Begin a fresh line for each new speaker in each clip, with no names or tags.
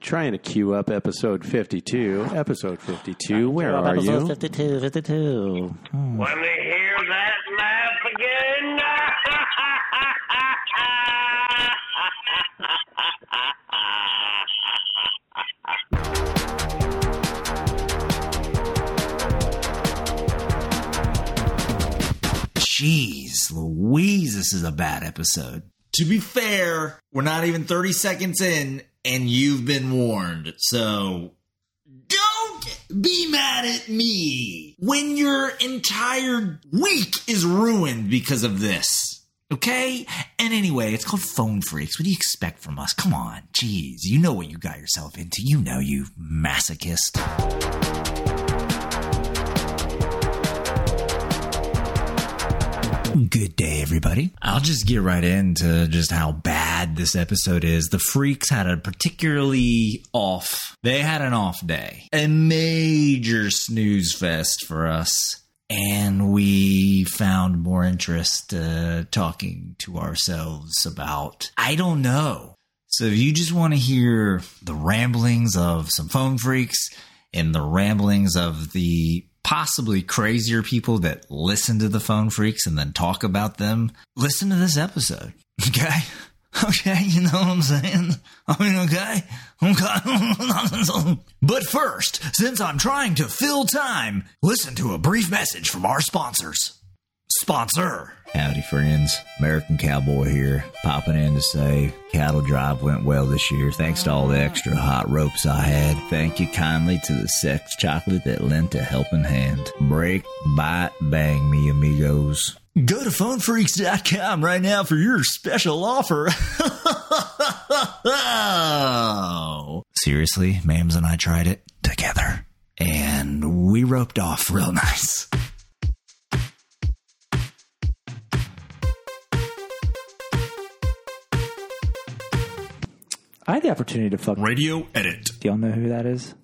trying to queue up episode 52. Episode 52, where are
episode
you?
52, 52.
Hmm.
When to hear that laugh again?
Jeez Louise, this is a bad episode. To be fair, we're not even 30 seconds in, and you've been warned. So don't be mad at me when your entire week is ruined because of this. Okay? And anyway, it's called Phone Freaks. What do you expect from us? Come on. Jeez, you know what you got yourself into. You know, you masochist. Good day, everybody. I'll just get right into just how bad this episode is. The freaks had a particularly off. They had an off day, a major snooze fest for us. And we found more interest uh, talking to ourselves about, I don't know. So if you just want to hear the ramblings of some phone freaks and the ramblings of the possibly crazier people that listen to the phone freaks and then talk about them, listen to this episode. Okay? Okay, you know what I'm saying? I mean, okay? Okay. but first, since I'm trying to fill time, listen to a brief message from our sponsors sponsor. Howdy, friends. American Cowboy here, popping in to say cattle drive went well this year thanks to all the extra hot ropes I had. Thank you kindly to the sex chocolate that lent a helping hand. Break, bite, bang me, amigos. Go to phonefreaks.com right now for your special offer. Oh. Seriously, Mams and I tried it together, and we roped off real nice.
I had the opportunity to fuck.
Radio edit.
Do y'all know who that is?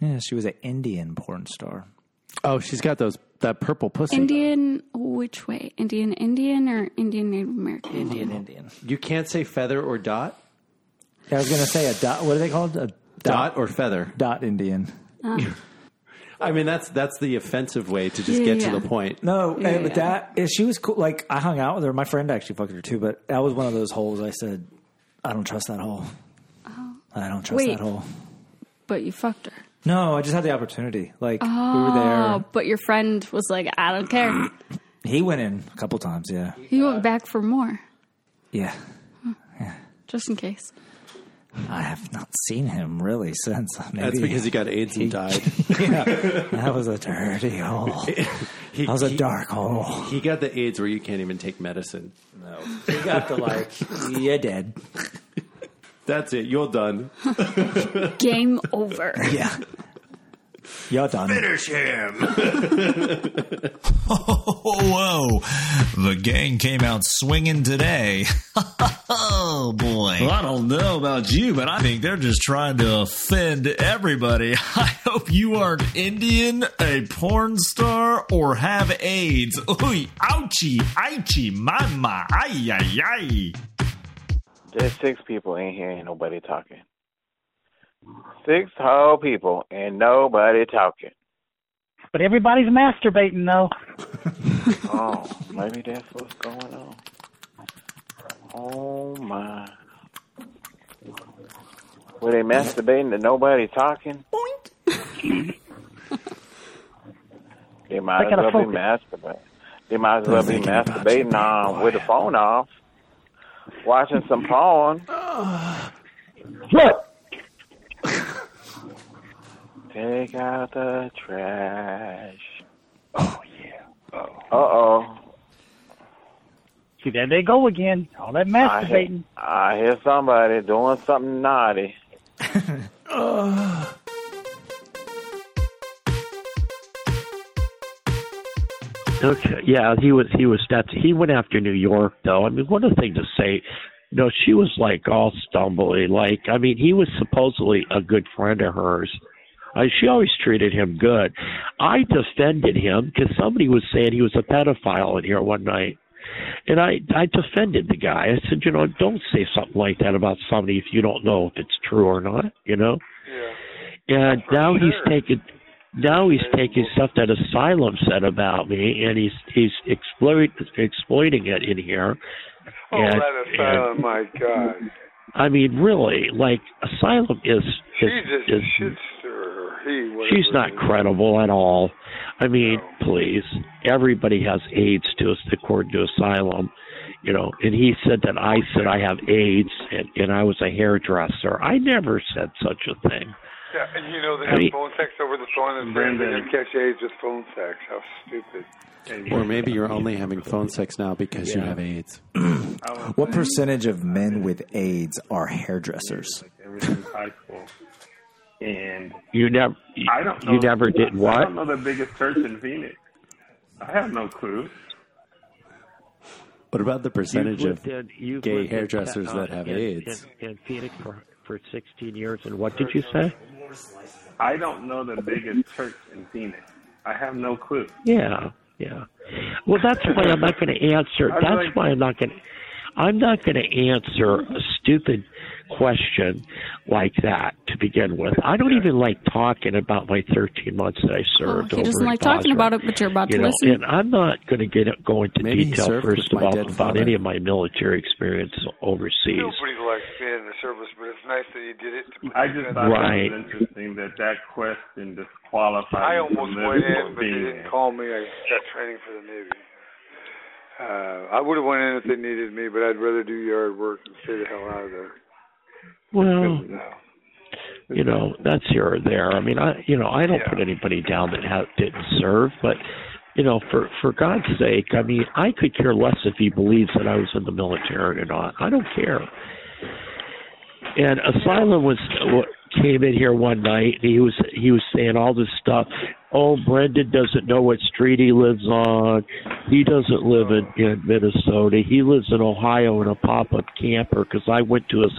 Yeah, she was an Indian porn star.
Oh, she's got those that purple pussy.
Indian, which way? Indian, Indian, or Indian Native American?
Indian, Indian.
You can't say feather or dot.
Yeah, I was going to say a dot. What are they called? A dot.
Dot or feather.
Dot Indian.
Um,
I mean, that's that's the offensive way to just
Yeah,
get
yeah.
to the point.
No,
Yeah,
and- but
yeah.
that yeah, she was cool. Like I hung out with her. My friend actually fucked her too. But that was one of those holes. I said, I don't trust that hole. I don't trust
Wait.
that hole.
oh, But you fucked her.
No, I just had the opportunity. Like we were
Oh,
there.
but your friend was like, I don't care.
He went in a couple times. Yeah,
He went back for more,
yeah.
just in case.
I have not seen him really since. Maybe.
That's because he got AIDS and died.
yeah, that was a dirty hole. That
He,
was a
he-
dark hole.
He got the AIDS where you can't even take medicine.
No, he got the like. You're dead.
That's it. You're done.
Game over.
Yeah, you're done.
Whoa, the gang came out swinging today. oh boy. I don't know about you, but I think they're just trying to offend everybody. I hope you aren't Indian, a porn star, or have AIDS. Ooh, ouchie, ouchie, mama, ay, ay, ay.
There's six people in here and nobody talking. Six whole people and nobody talking.
But everybody's masturbating though.
Oh, maybe that's what's going on. Oh my. Were they masturbating and nobody talking? they might
They
as
gotta
well be masturbating. They might as well be masturbating um, with the phone off, watching some porn.
Look,
Take out the trash. Oh yeah. Uh oh.
see there they go again. All that
I hear,
masturbating.
I hear somebody doing something naughty.
Okay, yeah, he was. He was. That's. He went after New York, though. I mean, what a thing to say. No, she was like all stumbly. Like, I mean, he was supposedly a good friend of hers. I, she always treated him good. I defended him because somebody was saying he was a pedophile in here one night, And I I defended the guy. I said, you know, don't say something like that about somebody if you don't know if it's true or not. You know.
Yeah.
And
For
now he's
sure.
taking now he's taking stuff that Asylum said about me, and he's he's exploit, exploiting it in here.
Oh,
and,
that
and-
asylum, my God.
I mean, really, like Asylum is is,
She's just a
is
shit stirrer. He, whatever
she's not
it is.
credible at all. I mean, please, everybody has AIDS to us according to Asylum, you know. And he said that I said I have AIDS, and and I was a hairdresser. I never said such a thing.
Yeah, and you know they
I
have
mean-
phone sex over the phone and saying they can catch AIDS with phone sex. How stupid.
Or maybe you're only having phone sex now because you have AIDS.
What percentage of men with AIDS are hairdressers?
everything high school. And
You never
I don't know.
you never did
I
what?
don't know the biggest church in Phoenix. I have no clue.
What about the percentage
You've
of
lived in- you've
gay
lived in-
hairdressers
uh,
that have
in-
AIDS?
In, in Phoenix for, for 16 years, and what did you say?
I don't know the biggest church in Phoenix. I have no clue.
Yeah, yeah. Well, that's why I'm not going to answer.
I'm
That's
like-
why I'm not going. to I'm not going to answer a stupid question like that to begin with. I don't even like talking about my 13 months that I
Oh,
served.
he
over
doesn't
in
like talking
Basra.
about it, but you're about
You
to
know,
listen.
and I'm not going to get go into
Maybe he
detail
served
first of
with my
all
dead
about
father.
any of my military experience overseas.
Nobody likes being in the service, but it's nice that he did it. To
I just thought it
Right.
was interesting that that question disqualified
I
me
almost
from living
went in, but they
being
didn't
there.
call me. I got training for the Navy. Uh, I would have went in if they needed me, but I'd rather do yard work and stay the hell out of there.
Well,
No.
you know that's here or there i mean i you know i don't
Yeah.
put anybody down that ha- didn't serve but you know for for god's sake i mean i could care less if he believes that i was in the military or not i don't care and asylum was came in here one night and he was he was saying all this stuff oh brendan doesn't know what street he lives on he doesn't live in, in minnesota he lives in ohio in a pop-up camper because i went to his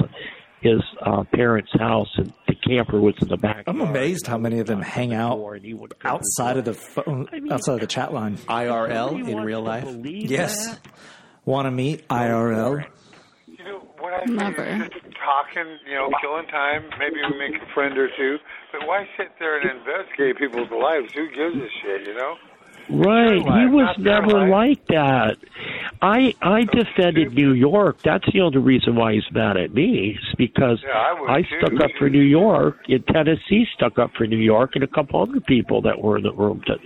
his uh, parents house and the camper was in the back
I'm amazed how many of them hang out
and he would
outside of the phone, outside of the chat line.
IRL in real life?
Yes, want to meet IRL?
You know, when I
Never.
think just talking, you know, killing time, maybe we make a friend or two, but why sit there and investigate people's lives? Who gives a shit, you know?
Right. He
Right,
was
not their
never
life.
like that. I I defended New York. That's the only reason why he's mad at me is because
Yeah, I would
I
too.
stuck up for New York and Tennessee stuck up for New York and a couple other people that were in the room. To, uh,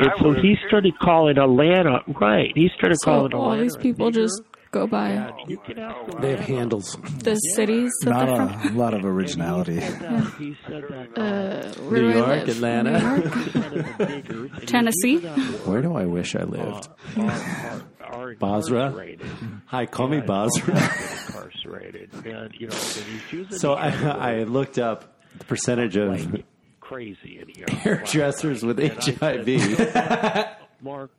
and
I
so
would
he
too.
started calling Atlanta. Right. He started
so
calling
all
Atlanta.
these people just go by
You can ask
They have handles.
the cities that
Not
they're from.
a lot of originality.
Atlanta. He said that.
Uh, where
New
do I
York,
live?
Atlanta.
New York? Tennessee.
Where do I wish I lived?
are, are, are
Basra?
incarcerated.
Hi, call me Basra.
incarcerated, and you know, and he's using
So
the
I,
N-word
I looked up the percentage of
like crazy in here.
hairdressers with HIV,
Mark,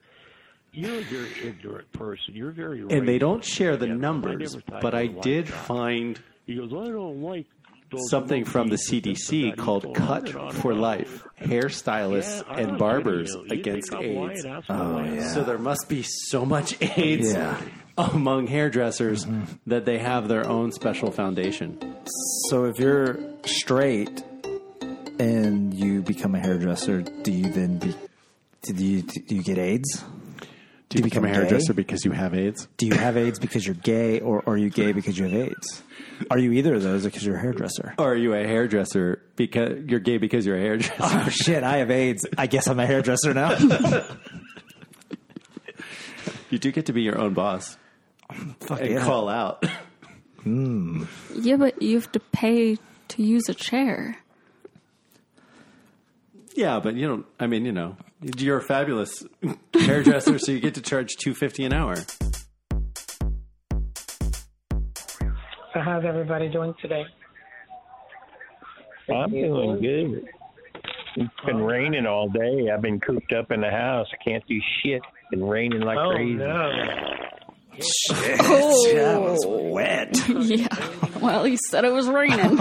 you're a very ignorant person. You're very
and they
racist.
don't share the
Yeah, I
numbers,
never thought
but
you
I
were like
did
that.
find
He goes, I don't like those
something from the
monkeys and this and
CDC
that." He's
called
going on and on
Cut
and
for
on.
Life
Yeah,
Hairstylists
I'm
and
not
Barbers
kidding you. You
Against
think I'm lying?
AIDS.
That's not lying.
So there must be so much AIDS
Oh, Yeah. Mm-hmm.
among hairdressers that they have their own special foundation.
So if you're straight and you become a hairdresser, do you then be, do you do you get AIDS?
Do you become a
become
hairdresser
gay?
because you have AIDS?
Do you have AIDS because you're gay, or are you gay because you have AIDS? Are you either of those because you're a hairdresser?
Or are you a hairdresser because you're gay because you're a hairdresser?
Oh shit! I have AIDS. I guess I'm a hairdresser now.
You do get to be your own boss
Fuck
and
yeah.
call out.
Hmm.
Yeah, but you have to pay to use a chair.
yeah, but you don't. I mean, you know, you're a fabulous hairdresser, so you get to charge two fifty an hour.
So how's everybody doing today?
I'm doing good. It's been
Uh,
raining all day. I've been cooped up in the house. I can't do shit. It's been raining like
Oh
crazy.
no!
yeah. Well,
Oh.
he said it was raining.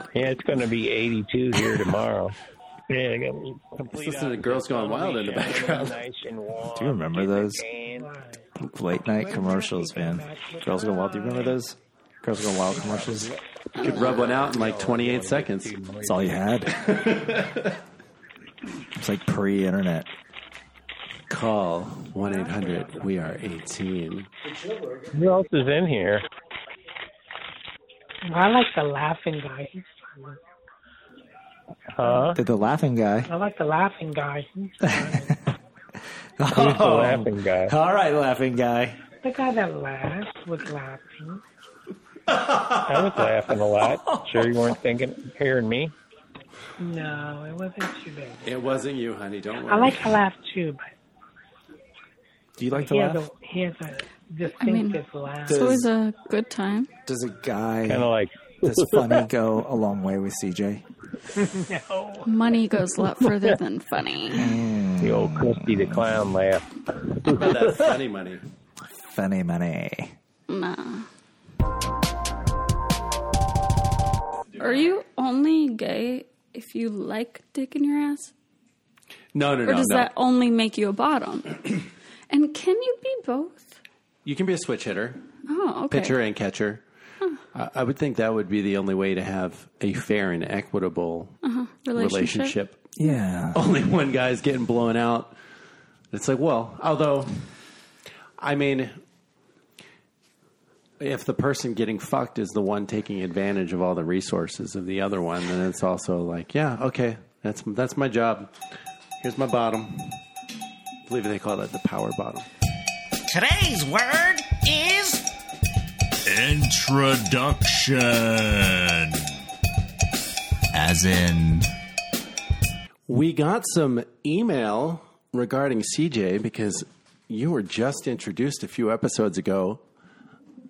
Yeah, it's going to be 82 here tomorrow. Yeah, I got complete.
Listen to Girls Gone Wild in the background.
Do you remember those late night commercials, man? Girls Go Wild. Do you remember those Girls Go Wild commercials?
You could rub one out in like 28 seconds.
That's all you had. it's like pre-internet.
Call 1 800 We Are 18.
Who else is in here?
I like the laughing guy. He's funny.
Huh?
Did the laughing guy?
I like the laughing guy. He's
Who's
the laughing guy?
Oh. All right, laughing guy.
the guy that laughed was laughing.
I was laughing a lot. Sure, you weren't thinking, hearing me.
No, it wasn't too bad.
It wasn't you, honey. Don't worry.
I like to laugh too, but
Do you like to
he
laugh?
has a he has a distinctive laugh.
It's always a good time.
Does a guy
kind of like
does funny go a long way with CJ?
no.
Money goes a lot further than funny.
the old Christy the Clown laugh.
Remember that funny money.
Funny money.
Nah. Are you only gay if you like dick in your ass?
No, no,
Or
no,
does
no.
that only make you a bottom? and can you be both?
You can be a switch hitter,
Oh, okay.
pitcher and catcher. I, I would think that would be the only way to have a fair and equitable
Uh-huh. Relationship.
relationship.
Yeah.
Only one guy's getting blown out. It's like, well, although, I mean, if the person getting fucked is the one taking advantage of all the resources of the other one, then it's also like, yeah, okay, that's that's my job. Here's my bottom. I believe they call that the power bottom.
Today's word is
Introduction. As in,
We got some email regarding CJ because you were just introduced a few episodes ago.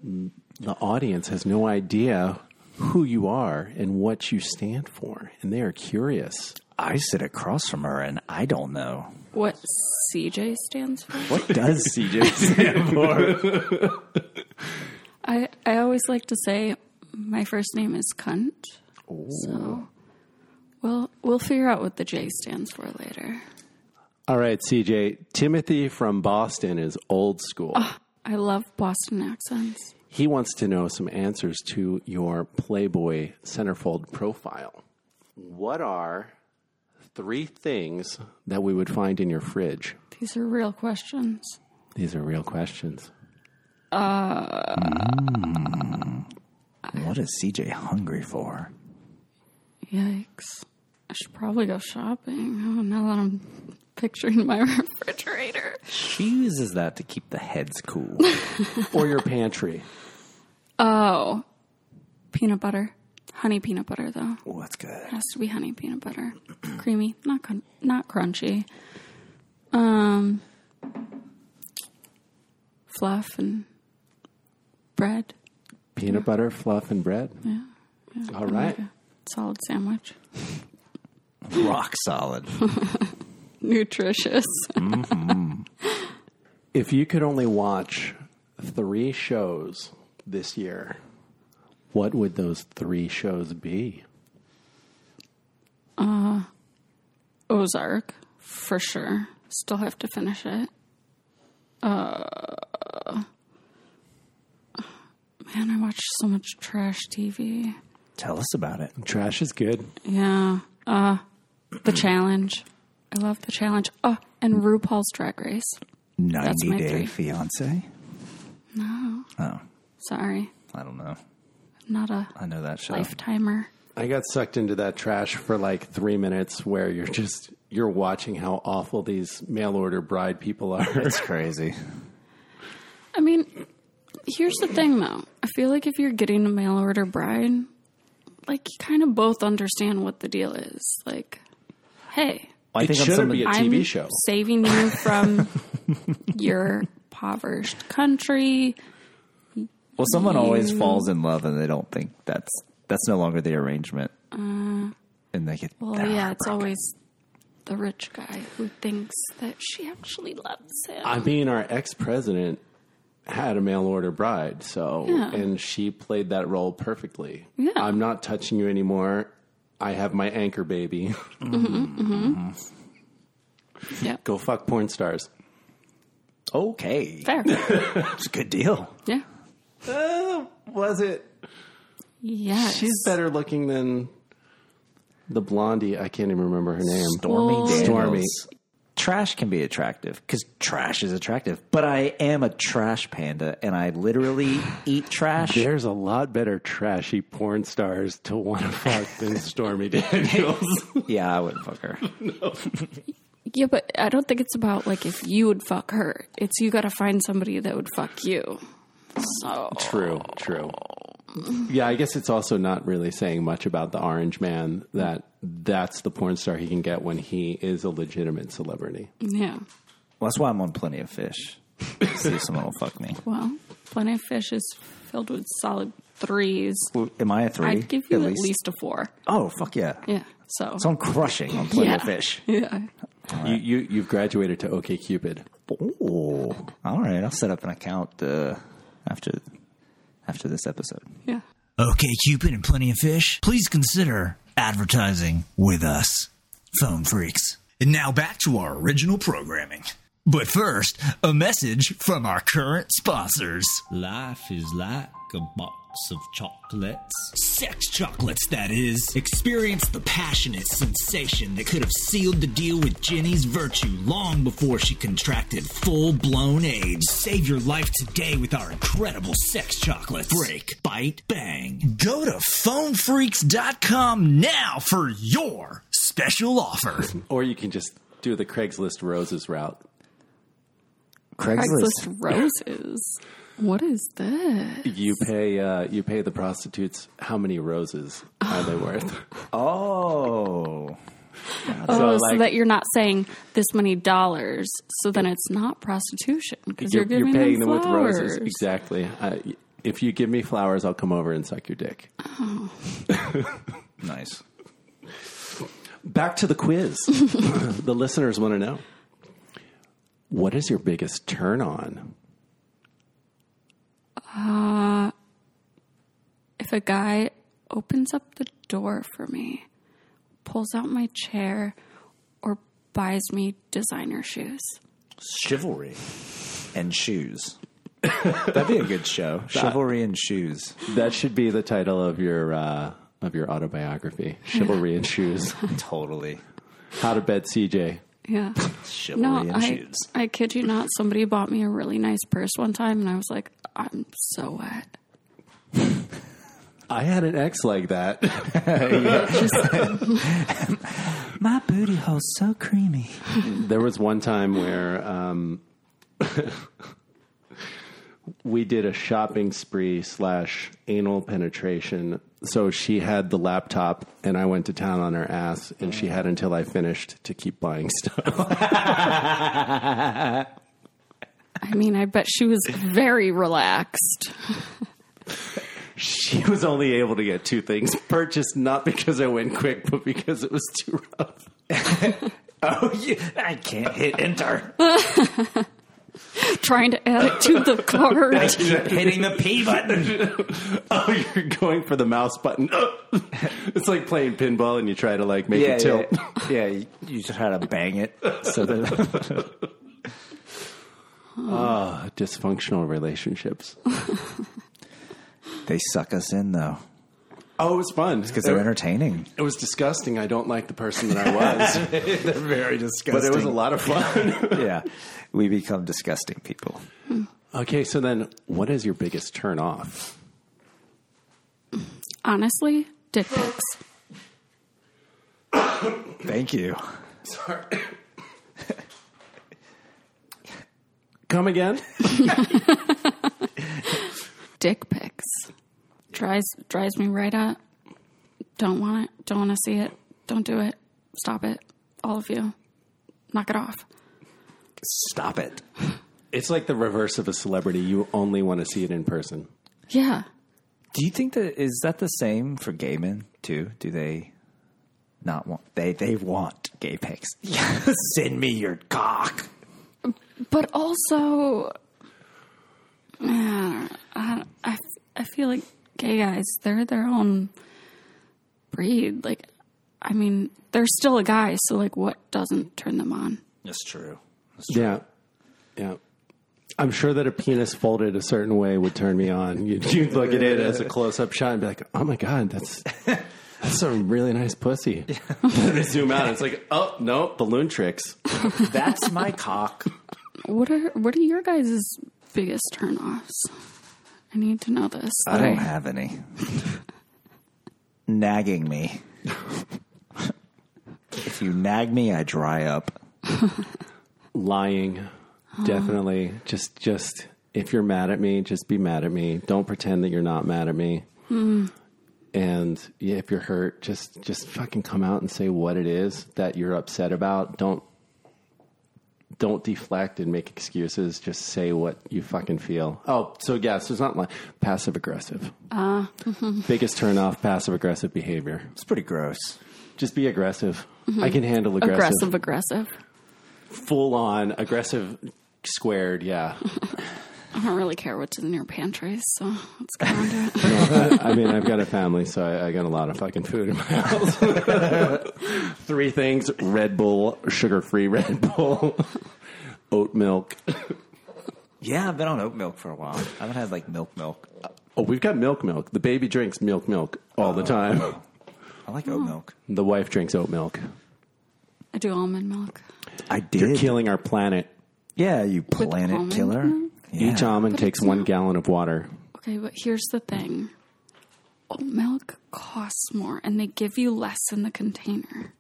The audience has no idea who you are and what you stand for, and they are curious.
I sit across from her and I don't know.
What CJ stands for?
What does CJ stand for?
I, I always like to say my first name is cunt. So we'll we'll figure out what the J stands for later.
All right, CJ, Timothy from Boston is old school.
I love Boston accents.
He wants to know some answers to your Playboy centerfold profile. What are three things that we would find in your fridge?
These are real questions.
These are real questions.
Uh,
Uh. Hmm. What is CJ hungry for?
Yikes. I should probably go shopping. Oh, now that I'm picturing my refrigerator.
She uses that to keep the heads cool.
or your pantry.
Oh, peanut butter. Honey peanut butter, though.
Oh, that's good.
It has to be honey peanut butter. Creamy, not crun- not crunchy. Um, fluff and bread.
Peanut butter, fluff, and bread.
Yeah. yeah.
All
I like
right.
a Solid sandwich.
Rock solid.
Nutritious.
If you could only watch three shows this year, what would those three shows be?
Uh, Ozark, for sure. Still have to finish it. Uh, man, I watch so much trash TV.
Tell us about it.
Trash is good.
Yeah. Uh, the challenge. I love the challenge. Oh, and RuPaul's Drag Race.
90
my
Day
three.
Fiance?
No,
Oh,
sorry,
I don't know.
not a
I know that show.
lifetimer.
I got sucked into that trash for like three minutes where you're just you're watching how awful these mail order bride people are.
It's crazy.
I mean, here's the thing though. I feel like if you're getting a mail order bride, like you kind of both understand what the deal is. Like, hey,
it
think I'm
shouldn't
somebody-
be a
I'm
TV show.
saving you from your impoverished country.
Well, someone always falls in love and they don't think that's that's no longer the arrangement. and they get
Uh, Well,
they're
yeah, it's
heartbroken.
always the rich guy who thinks that she actually loves him.
I mean, our ex president had a mail order bride, so
Yeah.
and she played that role perfectly.
Yeah.
I'm not touching you anymore. I have my anchor baby.
Mm-hmm, mm-hmm.
Go fuck porn stars.
Okay.
Fair.
it's a good deal.
Yeah.
Uh, was it?
Yes.
She's better looking than the blondie. I can't even remember her name.
Stormy Well- Daniels.
Stormy.
Trash can be attractive because trash is attractive. But I am a trash panda, and I literally eat trash.
There's a lot better trashy porn stars to want to fuck than Stormy Daniels.
yeah, I wouldn't fuck her.
Yeah, but I don't think it's about like if you would fuck her. It's you got to find somebody that would fuck you. So
True, true. Yeah, I guess it's also not really saying much about the Orange Man that that's the porn star he can get when he is a legitimate celebrity.
yeah.
Well, that's why I'm on plenty of fish. See if someone will fuck me.
Well, plenty of fish is filled with solid threes.
Am I a 3
I'd give you at least, a four.
Oh fuck yeah!
Yeah. So
So I'm crushing on plenty of
Yeah.
fish.
Yeah.
You, you you've graduated to OK Cupid.
Oh, all right. I'll set up an account uh, after after this episode.
Okay, Cupid and Plenty of Fish, please consider advertising with us, phone freaks. And now back to our original programming. But first, a message from our current sponsors. Life is like a box of chocolates. Sex chocolates, that is. Experience the passionate sensation that could have sealed the deal with Jenny's virtue long before she contracted full blown AIDS. Save your life today with our incredible sex chocolates. Break, bite, bang. Go to phonefreaks.com now for your special offer.
Or you can just do the Craigslist roses route.
Craigslist roses. What is that?
You pay uh, you pay the prostitutes how many roses are they worth?
Oh.
oh, so that you're not saying this many dollars, so then it's not prostitution because you're, giving
paying
them,
them,
flowers.
with roses. Exactly. Uh, if you give me flowers, I'll come over and suck your dick.
Oh.
Nice.
Back to the quiz. the listeners want to know what is your biggest turn on?
Uh, if a guy opens up the door for me, pulls out my chair, or buys me designer shoes.
Chivalry and shoes. That'd be a good show. Chivalry and shoes.
That should be the title of your uh, of your autobiography, Chivalry and Shoes.
totally.
How to bed CJ.
Yeah.
Chivalry and
I,
shoes.
I kid you not. Somebody bought me a really nice purse one time, and I was like, I'm so wet.
I had an ex like that.
My booty hole's so creamy.
there was one time where um, we did a shopping spree slash anal penetration. So she had the laptop, and I went to town on her ass, and she had until I finished to keep buying stuff.
I mean, I bet she was very relaxed.
she was only able to get two things purchased, not because I went quick, but because it was too rough.
Oh, yeah. I can't hit enter.
Trying to add it to the cart.
Hitting the P button.
Oh, you're going for the mouse button. it's like playing pinball, and you try to like make
Yeah,
it tilt.
yeah, yeah. You, you just had to bang it. So that,
Ah, dysfunctional relationships.
they suck us in though
Oh, it was fun
because they're entertaining.
It was disgusting. I don't like the person that I was,
they're very disgusting.
but it was a lot of fun.
yeah, we become disgusting people.
okay, so then what is your biggest turn off?
Honestly, dick pics.
Thank you.
Sorry. Come again?
Dick pics. Drives drives me right up. Don't want it. Don't want to see it. Don't do it. Stop it. All of you. Knock it off.
Stop it.
It's like the reverse of a celebrity. You only want to see it in person.
Yeah.
Do you think that is that the same for gay men too? Do they not want they they want gay pics? Send me your cock.
But also, yeah, I, I, I feel like gay guys, they're their own breed. Like, I mean, they're still a guy, so like, what doesn't turn them on?
That's true.
Yeah. Yeah. I'm sure that a penis folded a certain way would turn me on. You'd, you'd look at it as a close up shot and be like, oh my God, that's that's a really nice pussy. they zoom out. It's like, oh, no, balloon tricks.
That's my cock.
What are what are your guys' biggest turnoffs? I need to know this.
I don't have any. Nagging me. if you nag me, I dry up.
Lying. Definitely. Just, just, if you're mad at me, just be mad at me. Don't pretend that you're not mad at me.
Hmm.
And yeah, if you're hurt, just, just fucking come out and say what it is that you're upset about. Don't, don't deflect and make excuses. Just say what you fucking feel. Oh, so yes, it's not like passive aggressive.
Uh,
Biggest turn off passive aggressive behavior. It's
pretty gross.
Just be aggressive.
mhm.
I can handle aggressive.
Aggressive, aggressive.
Full on aggressive squared, yeah.
I don't really care what's in your pantries, so let's get on to it.
No, I, I mean, I've got a family, so I, I got a lot of fucking food in my house. Three things Red Bull, sugar free Red Bull, oat milk.
Yeah, I've been on oat milk for a while. I haven't had like milk milk.
Oh, we've got milk milk. The baby drinks milk milk all the time.
I like oat milk.
The wife drinks oat milk.
I do almond milk.
I did.
You're killing our planet.
Yeah, you
planet almond killer. milk?
Each almond takes one gallon of water.
Okay, but here's the thing. Oat milk costs more and they give you less in the container.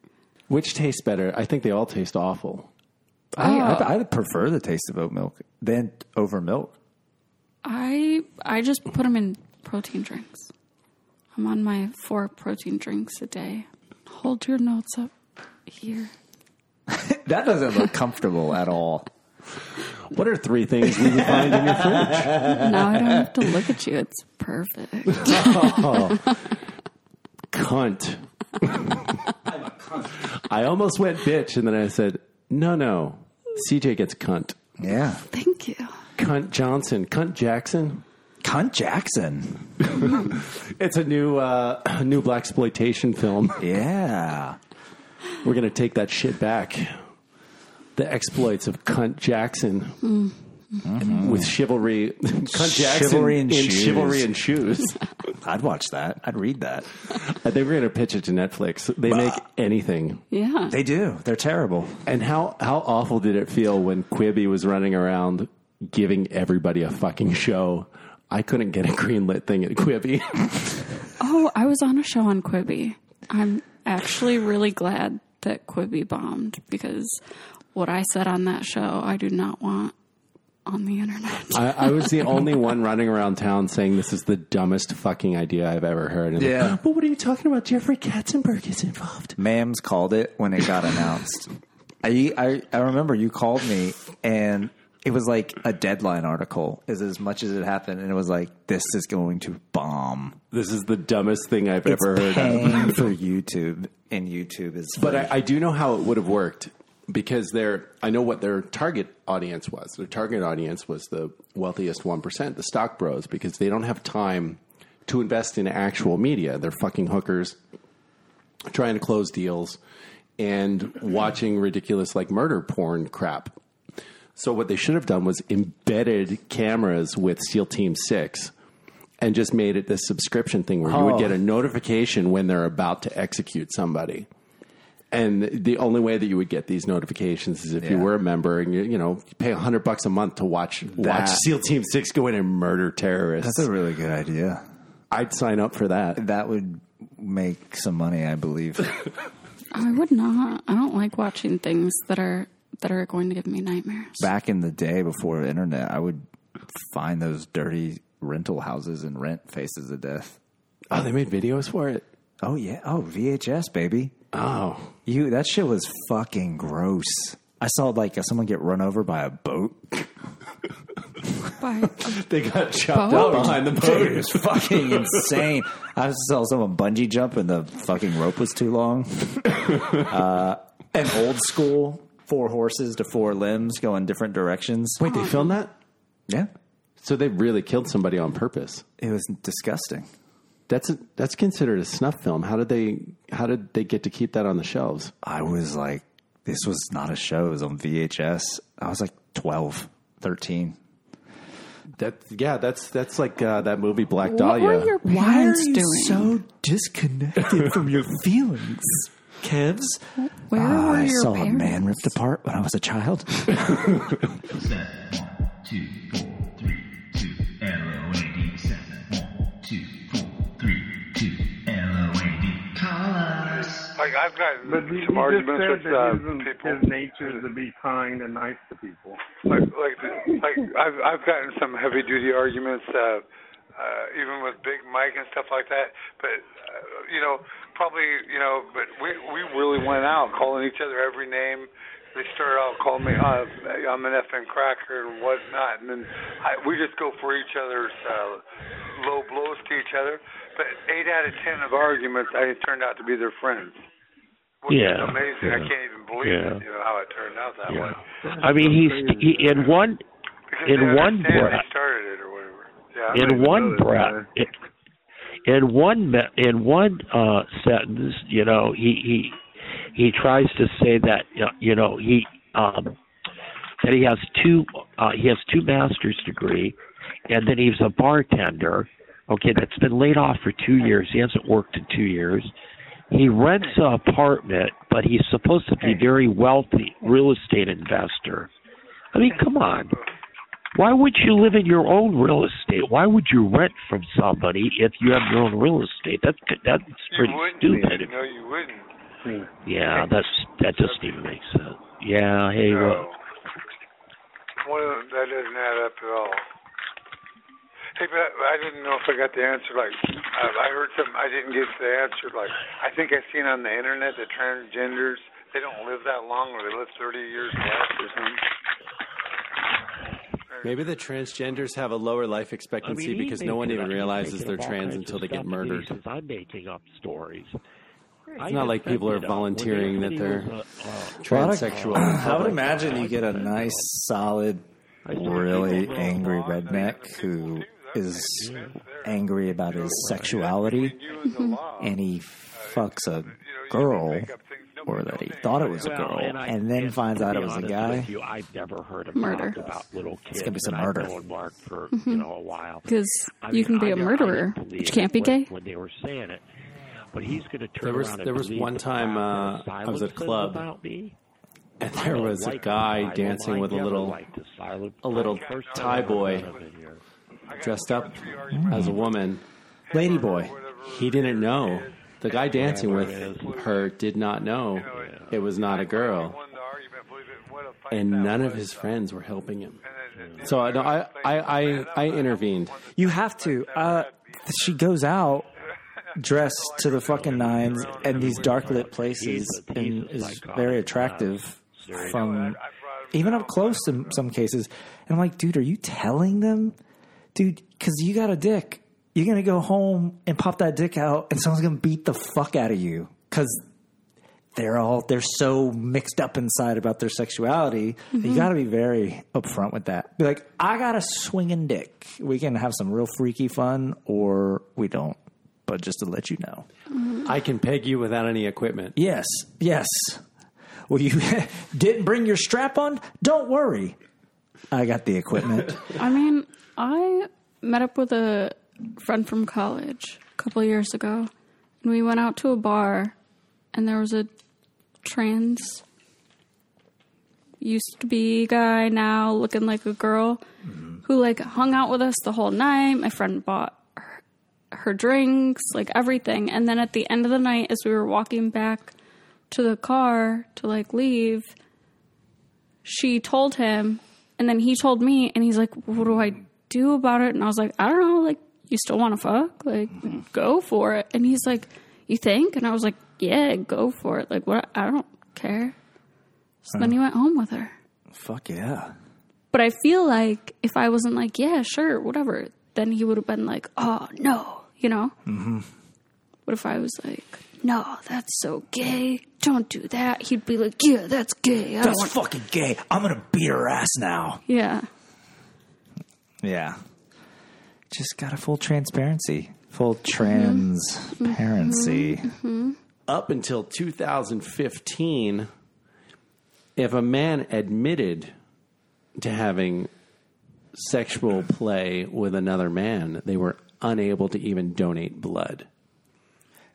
Which tastes better? I think they all taste awful.
Oh.
I, I, I prefer the taste of oat milk than over milk.
I I just put them in protein drinks. I'm on my four protein drinks a day. Hold your notes up here.
That doesn't look comfortable at all.
What are three things we can find in your fridge?
Now I don't have to look at you. It's perfect.
Oh. cunt. I almost went bitch, and then I said, no, no. CJ gets cunt.
Yeah.
Thank you.
Cunt Johnson. Cunt Jackson.
Cunt Jackson.
it's a new uh, new black exploitation film.
Yeah.
We're gonna take that shit back. The exploits of Cunt Jackson
Mm.
with chivalry. Cunt Jackson
Mm-hmm. Chivalry and
in
shoes.
chivalry and shoes. Uh,
I'd watch that. I'd read that.
I think we're gonna pitch it to Netflix. They make anything.
Yeah.
They do. They're terrible.
And how how awful did it feel when Quibby was running around giving everybody a fucking show? I couldn't get a greenlit thing at Quibby.
Oh, I was on a show on Quibi. I'm actually really glad that Quibi bombed because what I said on that show, I do not want on the internet.
I, I was the only one running around town saying this is the dumbest fucking idea I've ever heard. And
Yeah.
But what are you talking about? Jeffrey Katzenberg is involved.
Mams called it when it got announced. I, I I remember you called me and it was like a deadline article is as much as it happened and it was like this is going to bomb.
This is the dumbest thing I've
It's
ever heard of.
paying for YouTube and YouTube is
But I, I do know how it would have worked because their I know what their target audience was. Their target audience was the wealthiest one percent, the stock bros, because they don't have time to invest in actual media. They're fucking hookers trying to close deals and watching ridiculous like murder porn crap. So what they should have done was embedded cameras with SEAL Team Six and just made it this subscription thing where you
Oh.
would get a notification when they're about to execute somebody. And the only way that you would get these notifications is if you
Yeah.
were a member and you, you know you pay hundred bucks a month to watch watch SEAL Team Six go in and murder terrorists.
That's a really good idea.
I'd sign up for that.
That would make some money, I believe.
I would not. I don't like watching things that are that are going to give me nightmares.
Back in the day before the internet, I would find those dirty rental houses and rent Faces of Death.
Oh, they made videos for it.
Oh yeah. Oh VHS baby.
Oh,
You that shit was fucking gross. I saw like uh, someone get run over by a boat.
Bye.
they got chopped
Boat?
out behind the boat.
Dude, it was fucking insane. I saw someone bungee jump and the fucking rope was too long. Uh, an old school four horses to four limbs going different directions.
Wait, they filmed that?
Yeah,
So they really killed somebody on purpose.
it was disgusting.
That's a, that's considered a snuff film. How did they how did they get to keep that on the shelves?
I was like, this was not a show. It was on VHS. I was like 12, 13.
That yeah, that's that's like uh, that movie Black
What
Dahlia.
were your parents doing?
so disconnected from your feelings, Kevs?
Where
Ah,
were
I
your
saw a
parents?
man ripped apart when I was a child.
Like I've got
But he, he
some
just
arguments
said
with
that
uh,
his, his nature is to be kind and nice to people.
like like the- like I've I've gotten some heavy duty arguments, uh, uh, even with Big Mike and stuff like that. But uh, you know, probably you know, but we we really went out calling each other every name. They started out calling me uh, I'm an effing cracker and whatnot, and then I, we just go for each other's uh, low blows to each other. But eight out of ten of arguments, I turned out to be their friends. Which is
Yeah,
amazing. I
yeah,
can't even believe
yeah.
it, you know, how it turned out that way.
I mean, he's he, in one
Because they
in one
understand
breath.
they started it or whatever. Yeah, I
in
don't
one
even know that.
breath in one me- in one uh sentence you know he he he tries to say that you know he um that he has two uh he has two master's degree and then he's a bartender okay that's been laid off for two years he hasn't worked in two years he rents an apartment but he's supposed to be very wealthy real estate investor i mean come on why would you live in your own real estate? Why would you rent from somebody if you have your own real estate? That's that's pretty
you wouldn't.
stupid.
No, you wouldn't.
Yeah, that's that doesn't even make sense. Yeah, hey, well,
One of them, that doesn't add up at all. Hey, but I, I didn't know if I got the answer. Like, I, I heard something. I didn't get the answer. Like, I think I seen on the internet that transgenders they don't live that long, or they live 30 years less, or something.
Maybe the transgenders have a lower life expectancy because no one even realizes they're trans until they get murdered.
I'm making up stories.
It's not like people are volunteering that they're
Well,
transsexual.
I, would- uh, I would imagine you get a nice, solid, really angry redneck who is angry about his sexuality, and he fucks a girl, or that he thought it was a girl, and then finds out it was a guy.
You, I've never heard of
Murder.
talk about little kids.
It's gonna be some
and I've
murder.
known Mark for you
Mhm.
know a while.
Because
I
you
mean,
can be
I
a
know- I
murderer,
didn't
but you
believe
can't be
when-
gay.
When they were saying it, but he's going to turn
There was
around and
there was
believe
one
the
time uh,
crap
I
that
was at a
Silas says
club
about me.
and there
I don't
was a
like
guy
Silas. I
dancing with a
never
little
liked the Silas.
a little Thai boy dressed up
Mm.
as a woman,
lady boy.
He didn't know. The guy dancing with her did not know it was not a girl, and none of his friends were helping him. So I, no, I, I, I, I intervened.
You have to. Uh, she goes out dressed to the fucking nines and these dark lit places and is very attractive from even up close in some cases. And I'm like, dude, are you telling them? Dude, because you got a dick. You're going to go home and pop that dick out and someone's going to beat the fuck out of you because they're all they're so mixed up inside about their sexuality. that You
Mhm.
got to be very upfront with that. Be like, I got a swinging dick. We can have some real freaky fun, or we don't. But just to let you know,
I can peg you without any equipment.
yes, yes. Well, you didn't bring your strap on. Don't worry, I got the equipment.
I mean, I met up with a friend from college a couple of years ago, and we went out to a bar, and there was a trans, used to be guy, now looking like a girl, who like hung out with us the whole night. My friend bought her, her drinks, like everything, and then at the end of the night, as we were walking back to the car to like leave, she told him and then he told me and he's like what do i do about it and i was like i don't know like you still want to fuck like go for it and he's like you think and i was like yeah go for it like what i don't care so then he went home with her
Fuck yeah.
but i feel like if i wasn't like yeah sure whatever then he would have been like oh no you know
Mm-hmm.
but if i was like no that's so gay don't do that he'd be like yeah that's gay I don't
That's
want-"
fucking gay. I'm gonna beat her ass now.
yeah
Yeah. Just got a full transparency. Full
Mm-hmm.
transparency.
Up until 2015, if a man admitted to having sexual play with another man, they were unable to even donate blood.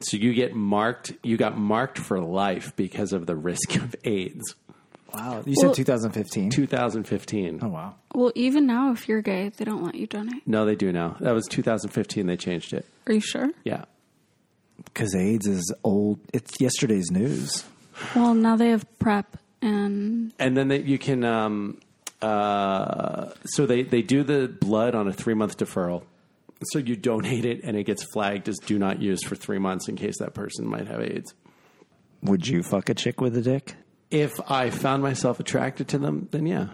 So you get marked. You got marked for life because of the risk of AIDS.
Wow,
You said Well-
2015. 2015. Oh
wow.
Well, even now, if you're gay, they don't let you donate.
No, they do now. That was 2015. They changed it.
Are you sure?
Yeah.
Because AIDS is old. It's yesterday's news.
Well, now they have prep and
and then they, you can um, uh, so they, they do the blood on a three month deferral so you donate it and it gets flagged as do not use for three months in case that person might have aids
Would you fuck a chick with a dick?
if i found myself attracted to them then yeah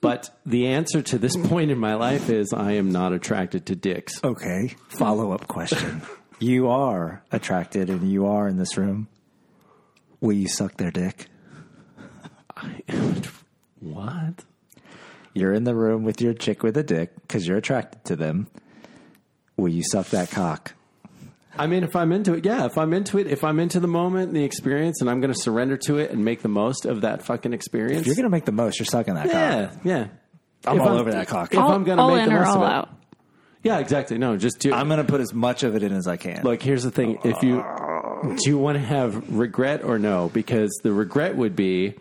but the answer to this point in my life is i am not attracted to dicks
okay Follow up question. you are attracted and you are in this room. Will you suck their dick?
what
You're in the room with your chick with a dick because you're attracted to them. Will you suck that cock?
I mean, if I'm into it, yeah. If I'm into it, if I'm into the moment, and the experience, and I'm going to surrender to it and make the most of that fucking experience,
If you're going to make the most, you're sucking that
yeah,
cock.
yeah.
I'm
If
all over that cock.
If
All-
I'm going to
all
make
in
the
or
most of
all
it.
out?
Yeah, exactly. No, just do. I'm
going to put as much of it in as I can.
Look, here's the thing: if you do you want to have regret or no? Because the regret would be,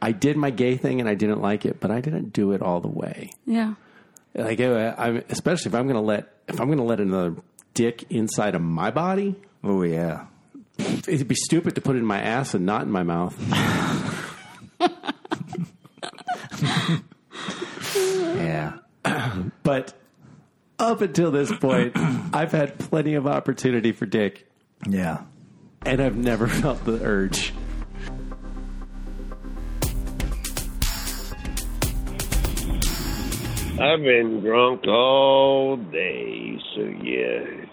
I did my gay thing and I didn't like it, but I didn't do it all the way.
yeah.
Like, uh, I'm, especially if I'm going to let if I'm going to let another dick inside of my body.
Oh yeah,
it'd be stupid to put it in my ass and not in my mouth.
yeah.
but up until this point, I've had plenty of opportunity for dick.
Yeah.
And I've never felt the urge.
I've been drunk all day, so yeah.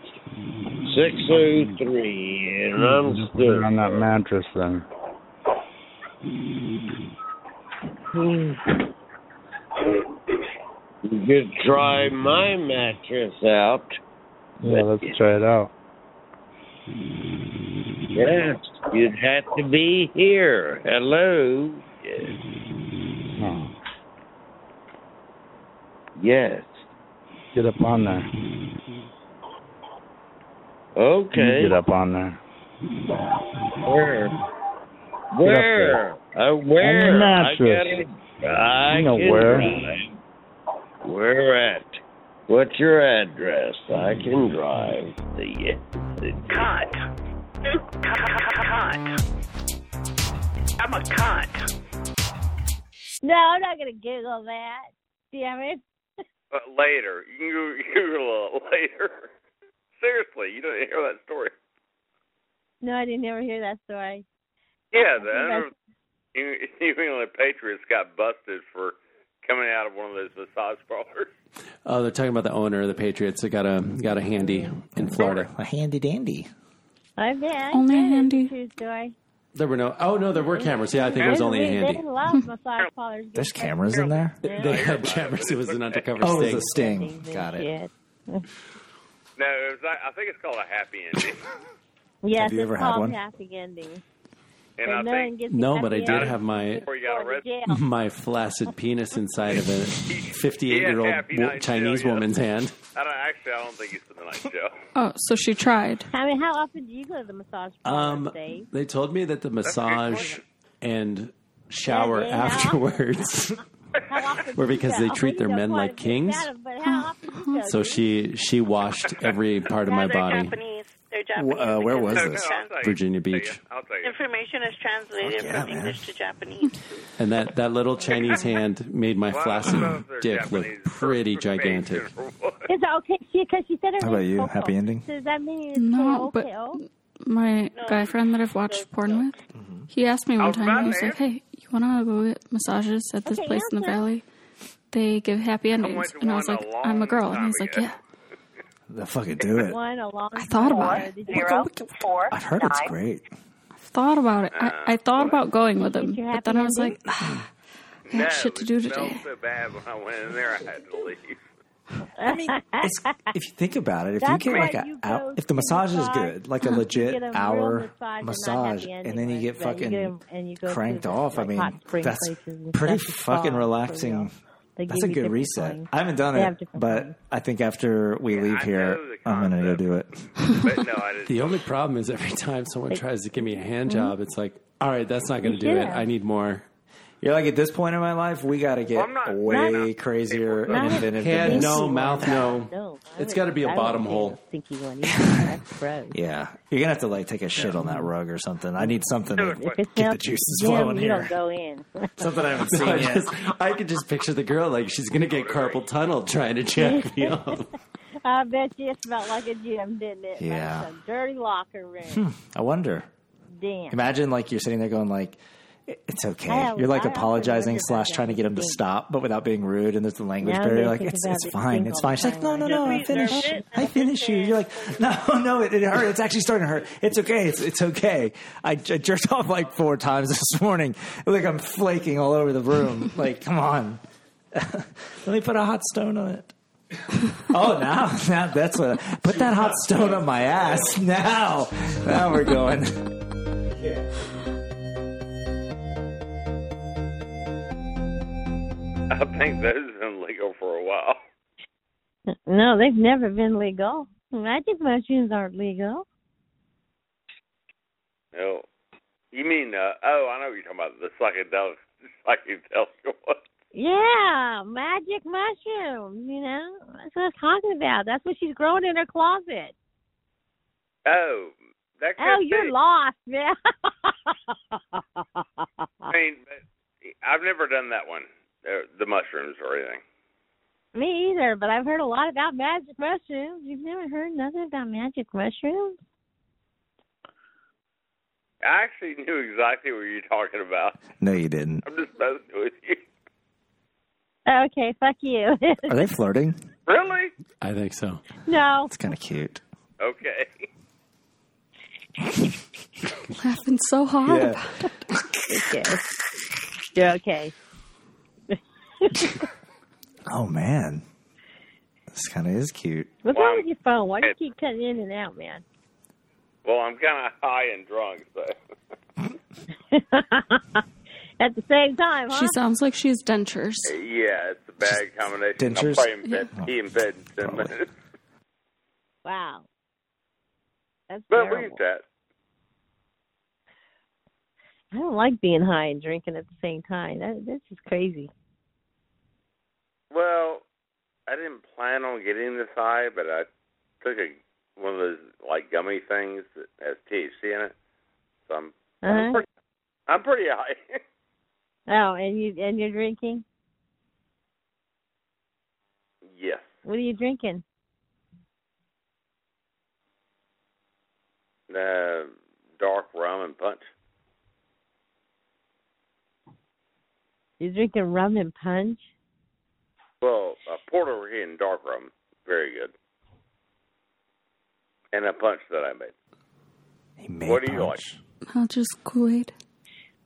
603, and
Hmm,
Hmm.
I'm still.
on that mattress then.
You could try my mattress out.
Yeah, let's try it out.
Yes, you'd have to be here. Hello. Yes. Yes.
Get up on there.
Okay.
You get up on there.
Where?
there.
Where? Uh, where?
On the
I
mattress.
gotta- I
You know
can
where.
drive. Where at? What's your address? I can drive. The, the
Cunt. Cunt. I'm a cunt.
No, I'm not gonna giggle that. Damn it.
But Uh, later, you can go- you can Google it later. Seriously, you didn't hear that story.
No, I didn't ever hear that story.
Yeah,
that's-
the New New England Patriots got busted for coming out of one of those massage parlors.
Oh, they're talking about the owner of the Patriots that got a got a handy in Florida.
A handy dandy.
I bet. Oh, I
Only
bet it's
handy.
a True story.
There were no. Oh no, there were cameras. Yeah, I think it was only a handy.
There's a lot of massage parlors.
There's cameras in there.
They had cameras. It was an undercover
Oh,
sting.
it was a sting. Got it.
No, it was, I I think it's called a happy ending.
Yes,
Have you
it's
ever had
called
one?
Happy Ending.
And I
no
think-
one gets the
No, but I
happy
did
ending
have my
before you got arrested.
my flaccid penis inside of a fifty-eight year
Yeah,
old
happy night,
Chinese
Jill, yeah.
woman's hand.
I don't, actually, I don't think he's in the night show.
Oh, so she tried.
I mean, how often do you go to the massage parlor,
Um,
Dave?
they told me that the massage and shower
Yeah, yeah.
afterwards
How often
were
do you
because
go?
they treat their
You go
men
quite a
like
bit,
kings.
Adam, but how often do you go?
So she she washed every part of my body.
They're
Wh- uh, where was this? Virginia Beach.
Information is translated from English to Japanese.
And that, that little Chinese hand made my flaccid dick look pretty gigantic.
Is that okay? She because she said it.
How about you? Happy ending?
Does that mean it's
No,
okay?
but my guy friend that I've watched porn with,
Mm-hmm.
he asked me
I
one
was
time.
about
He was
to
like, "Hey, you want to go get massages at this
Okay,
place in the
answer.
valley? They give happy endings."
went to
And I was
one
like,
a
"I'm a
long
girl," and
time
he's like, "Yeah."
Then fucking do it.
One a long I
thought about it.
I've heard it's great.
Thought about it. I, I thought about going with him,
your
but then I was
happy
like, "Ah, "I got shit to do
It
today."
smelled so bad when I went in there, I had to leave.
I mean, it's, if you think about it, if
That's
you get like
why
an
you
hour,
go
if the massage is
massage,
good, like a
you
legit
get a real
hour
massage and not
massage,
happy
and then you get
endings, but
fucking
you get 'em and you go to,
cranked off.
like,
I mean,
hot spring
that's
places and
pretty
stuff to spa
fucking
for
relaxing.
real. They
That's
give
a
you
good
different
reset.
kinds.
I haven't done
They have
it, but I think after we leave here, I'm gonna go do it.
But no, I didn't.
The only problem is every time someone tries to give me a hand
Mhm.
mm-hmm.
job, it's like, all right, that's not going to do it.
Yeah.
I need more.
You're like at this point in my life, we got to get way crazier and inventive. than
Head
this.
no, mouth no.
No, I
it's
would-
got to be a
I would
bottom
do
hole.
Stinky one. That's gross.
Yeah, you're gonna have to like take a shit on that rug or something. I need something to
If
get the
it smells
juices
Jim,
flowing
you
here.
don't go in.
Something I haven't
No,
seen
I
yet.
just- I could just picture the girl like she's going to get carpal tunnel trying to jack me off.
I bet you it smelled like a gym, didn't it?
Yeah.
Like some dirty locker room.
Hmm, I wonder.
Damn.
Imagine like you're sitting there going like, "It- "It's okay."
Yeah,
You're like
I often
apologizing
wonder about
slash
that.
trying to get him to stop, but without being rude. And there's the language
Now
barrier.
they
Like
think
it's
about
it's
it,
fine,
think
it's
all
fine. She's
the
like, "No, no, no,
time,
I
like, "Just
finished, I finished you." You're like, "No, no, it, it hurts. It's actually starting to hurt. It's okay. It's it's okay." I, j- I jerked off like four times this morning. Like I'm flaking all over the room. like, come on. Let me put a hot stone on it. oh, now, now that's what. Put that hot stone on my ass now. Now we're going.
I think those have been legal for a while.
No, they've never been legal. Magic mushrooms aren't legal.
No. You mean, uh, oh, I know what you're talking about. The psychedelic, psychedelic one.
Yeah, magic mushrooms, you know? That's what I was talking about. That's what she's growing in her closet.
Oh, that could
Oh,
be.
you're lost, man.
I mean, but I've never done that one, uh, the mushrooms or anything.
Me either, but I've heard a lot about magic mushrooms. You've never heard nothing about magic mushrooms?
I actually knew exactly what you're talking about.
No, you didn't.
I'm just messing with you.
Okay, fuck you.
Are they flirting?
Really?
I think so.
no.
It's kind of cute.
Okay.
laughing so hard.
Yeah.
about it.
Okay. You're okay.
Oh man, this kind of is cute.
What's wrong with your phone? Why do you keep cutting in and out, man?
Well, I'm kind of high and drunk, so.
At the same time, huh?
She sounds like she's dentures.
Yeah, it's a bad combination.
dentures?
I'll probably in bed, be in bed in 10 minutes.
Wow. That's
But
terrible.
look at that.
I don't like being high and drinking at the same time. That that's just crazy.
Well, I didn't plan on getting this high, but I took a one of those like gummy things that has THC in it. So I'm
Uh-huh.
I'm pretty high.
Oh, and you and you're drinking?
yes.
What are you drinking?
Uh, dark rum and punch.
You're drinking rum and punch?
Well, a Puerto Rican dark rum, very good. And a punch that I made.
He made
what do you like?
Not just Kool Aid.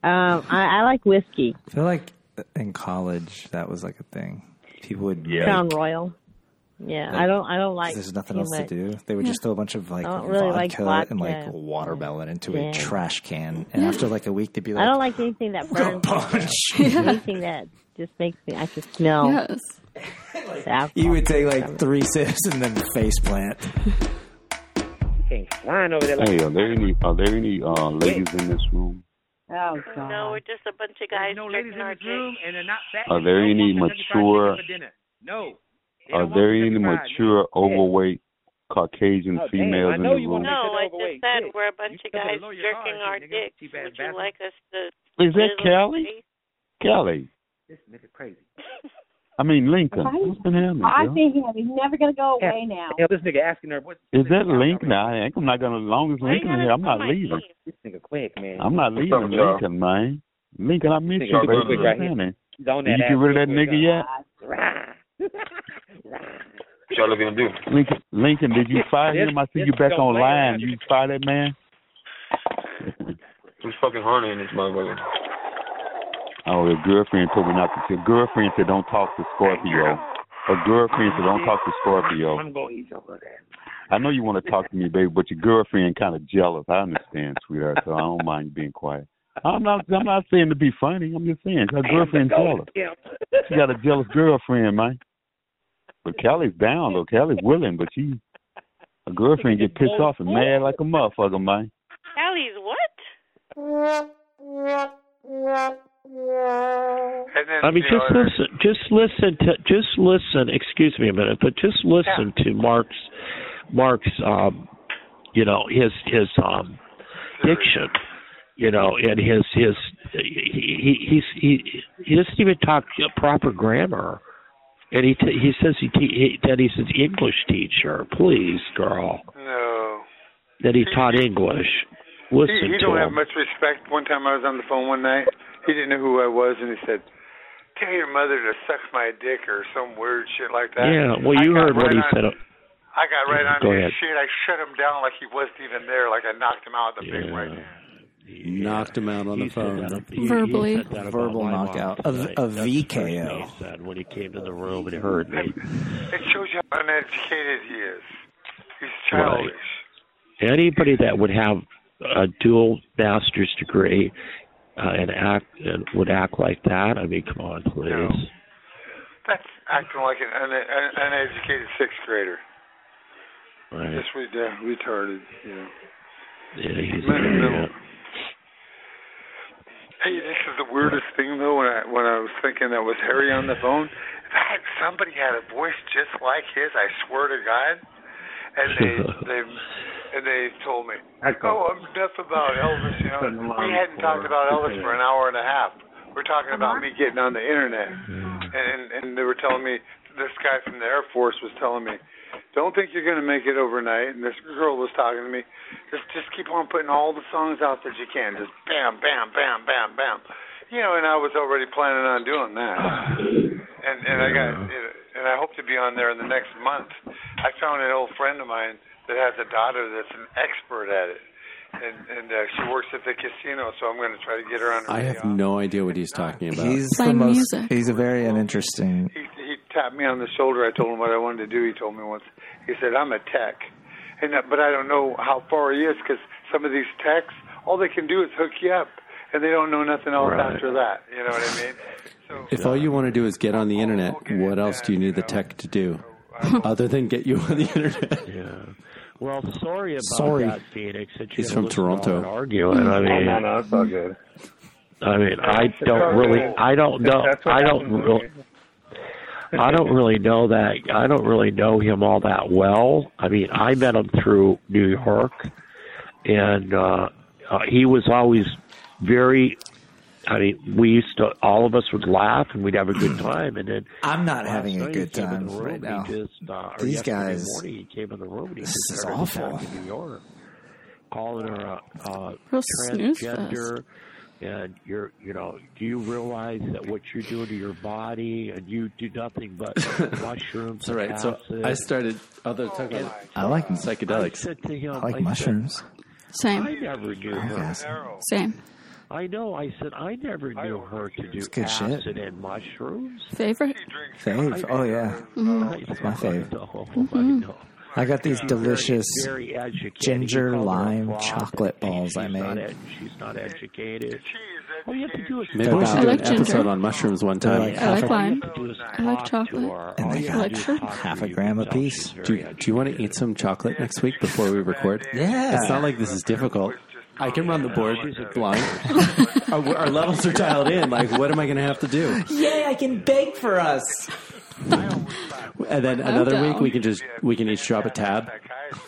Um, I, I like whiskey.
I feel like uh, in college that was like a thing. People would
Crown
make-
Royal. Yeah,
Like,
I don't. I don't
'cause
like.
There's nothing
too
else
much.
to do. They would
Yeah.
just throw a bunch of like
I don't
vodka,
really like
and like
vodka.
watermelon into
Yeah.
a trash can, and after like a week, they'd be
I
like,
don't like anything that burns.
punch.
anything that just makes me. I can smell.
Yes.
the alcohol.
"You would take like three sips and then face plant."
Flying over there
Hey, are there any are there any uh, ladies in this room?
Oh, God. No, we're just a bunch of guys. No ladies in this room, and they're not fat.
Are there any mature?
No.
Are there any mature, overweight
Oh,
Caucasian females in the room?
No, I just said we're a bunch of guys jerking our dicks. Would you like us to?
Is that Kelly? Kelly,
This nigga crazy.
I mean Lincoln. What's been happening?
Oh,
girl?
him. He's never gonna go away now.
Hell, this nigga asking her what.
Is that Lincoln? I think I'm not gonna. As long as Lincoln here, I'm not leaving.
This nigga quick, man.
I'm not
What's
leaving
up, y'all?
Lincoln, man. Lincoln, I miss
Nigga,
you.
I'm
Right
quick right here. He's on
Did
that
you get
ass Ah,
rid of that
real quick,
nigga yet?
What y'all looking to do?
Lincoln, Lincoln, did you fire
This-
him? I see
this
you back
don't play around.
online. You fire that man?
Who's fucking Hunter in this motherfucker?
Oh, your girlfriend told me not to. Your girlfriend said don't talk to Scorpio. A girlfriend said, "Don't talk to Scorpio."
I'm going to eat some of that.
I know you want to talk to me, baby, but your girlfriend kind of jealous. I understand, sweetheart. So I don't mind you being quiet. I'm not. I'm not saying to be funny. I'm just saying her girlfriend jealous. She got a jealous girlfriend, man. But Kelly's down though. Kelly's willing, but she a girlfriend get pissed off and mad like a motherfucker, man.
Sally's what?
then,
I mean,
you
just
know,
listen. Just listen to. Just listen. Excuse me a minute, but just listen to Mark's, Mark's, um, you know, his his um, diction, you know, and his his he he he's, he he doesn't even talk proper grammar, and he t- he says he, te- he that he's an English teacher. Please, girl,
No.
that he taught English. Listen
he, he
to
don't
him.
have much respect. One time I was on the phone one night. He didn't know who I was, and he said, "Tell your mother to suck my dick" or some weird shit like that.
yeah, well,
I
you
got
heard what
right
he
on-
said.
I got right on
Go
his
ahead.
shit. I shut him down like he wasn't even there. Like I knocked him out with a big right hand.
Knocked him out on the phone.
Verbally.
Verbal knockout. A, a VKO.
He said when he came to the room and heard me.
It shows you how uneducated he is. He's
Right.
childish.
Anybody that would have a dual master's degree uh, and act and would act like that, I mean, come on, please.
That's acting like an une- un- uneducated sixth grader.
Right.
Just re- uh, retarded. You know.
Yeah, he's
Mental.
yeah.
Hey, this is the weirdest thing though. When I when I was thinking that was Harry on the phone, if I had somebody had a voice just like his, I swear to God, and they they and they told me, oh, I'm deaf about Elvis. You know, we hadn't talked about Elvis for an hour and a half. We're talking about me getting on the internet, and and they were telling me this guy from the Air Force was telling me, don't think you're gonna make it overnight. And this girl was talking to me, just just keep on putting all the songs out that you can. Just bam, bam, bam, bam, bam. You know, and I was already planning on doing that. And and I got and I hope to be on there in the next month. I found an old friend of mine that has a daughter that's an expert at it. And and uh, she works at the casino, so I'm going to try to get her on.
I have no idea what he's talking about.
He's the most. He's a very uninteresting.
He he tapped me on the shoulder. I told him what I wanted to do. He told me once. He said, "I'm a tech," and that, but I don't know how far he is because some of these techs, all they can do is hook you up, and they don't know nothing else
Right.
after that. You know what I mean?
If all you want to do is get on the internet, what else do you need the tech to do other than get you on the internet?
Yeah. Well, sorry about
Sorry.
that, Phoenix. That you
He's
had to
from
listen to all
Toronto.
that Arguing. I mean, mm.
no, no, it's all good.
I mean, I
It's all
don't really,
good.
I don't know,
That's what
I don't
happens when
really, I don't really know that, I don't really know him all that well. I mean, I met him through New York, and uh, uh he was always very. I mean, we used to, all of us would laugh and we'd have a good time, and then
I'm not having a
night he
good
came in
time
the room,
right
he
now.
Just, uh, or
These
yesterday
guys-
morning he came in the room. And he
this
just
is
started
awful.
attacking New York, calling her a, a
Real snooze fest.
transgender, and you're, you know, do you realize that what you're doing to your body, and you do nothing but mushrooms.
All right, so
acid.
I started. Other talking about
I like
psychedelics.
I said to him,
I like
said,
mushrooms.
Same.
I never knew
like
her.
acid.
Same.
I know. I said I never knew her to do
good shit.
acid and mushrooms.
Favorite?
Fave. Oh yeah,
Uh,
Mhm.
that's my fave.
Mhm.
I got these delicious
very educated.
ginger
He called her a
lime
fraud.
chocolate balls I
Not
made.
ed- she's not educated. All you have to do is
Maybe we should do an episode on mushrooms one time.
They're like I half like a- lime.
I like chocolate.
And they
I like
got
sugar.
half a gram a piece.
Do, do you want to eat some chocolate next week before we record?
Yeah.
It's not like this is difficult. I can run the board blind. our, our levels are dialed in. Like, what am I going to have to do?
Yay! I can bake for us.
And then
I'm
another
down.
week we can just we can each drop a tab.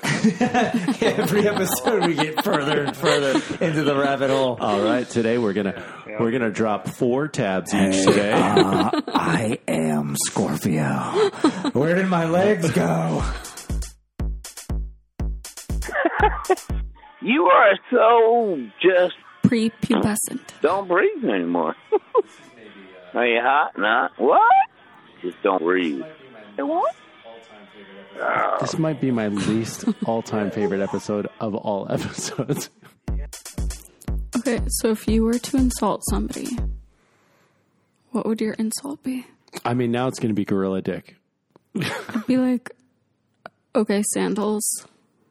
Every episode we get further and further into the rabbit hole.
All right, today we're gonna we're gonna drop four tabs each today.
Uh, I am Scorpio. Where did my legs go?
You are so just
prepubescent.
don't breathe anymore. are you hot? Not what? Just don't breathe. What?
This might be my least all time favorite episode of all episodes.
Okay, so if you were to insult somebody, what would your insult be?
I mean, now it's gonna be gorilla dick.
I'd be like, okay, sandals.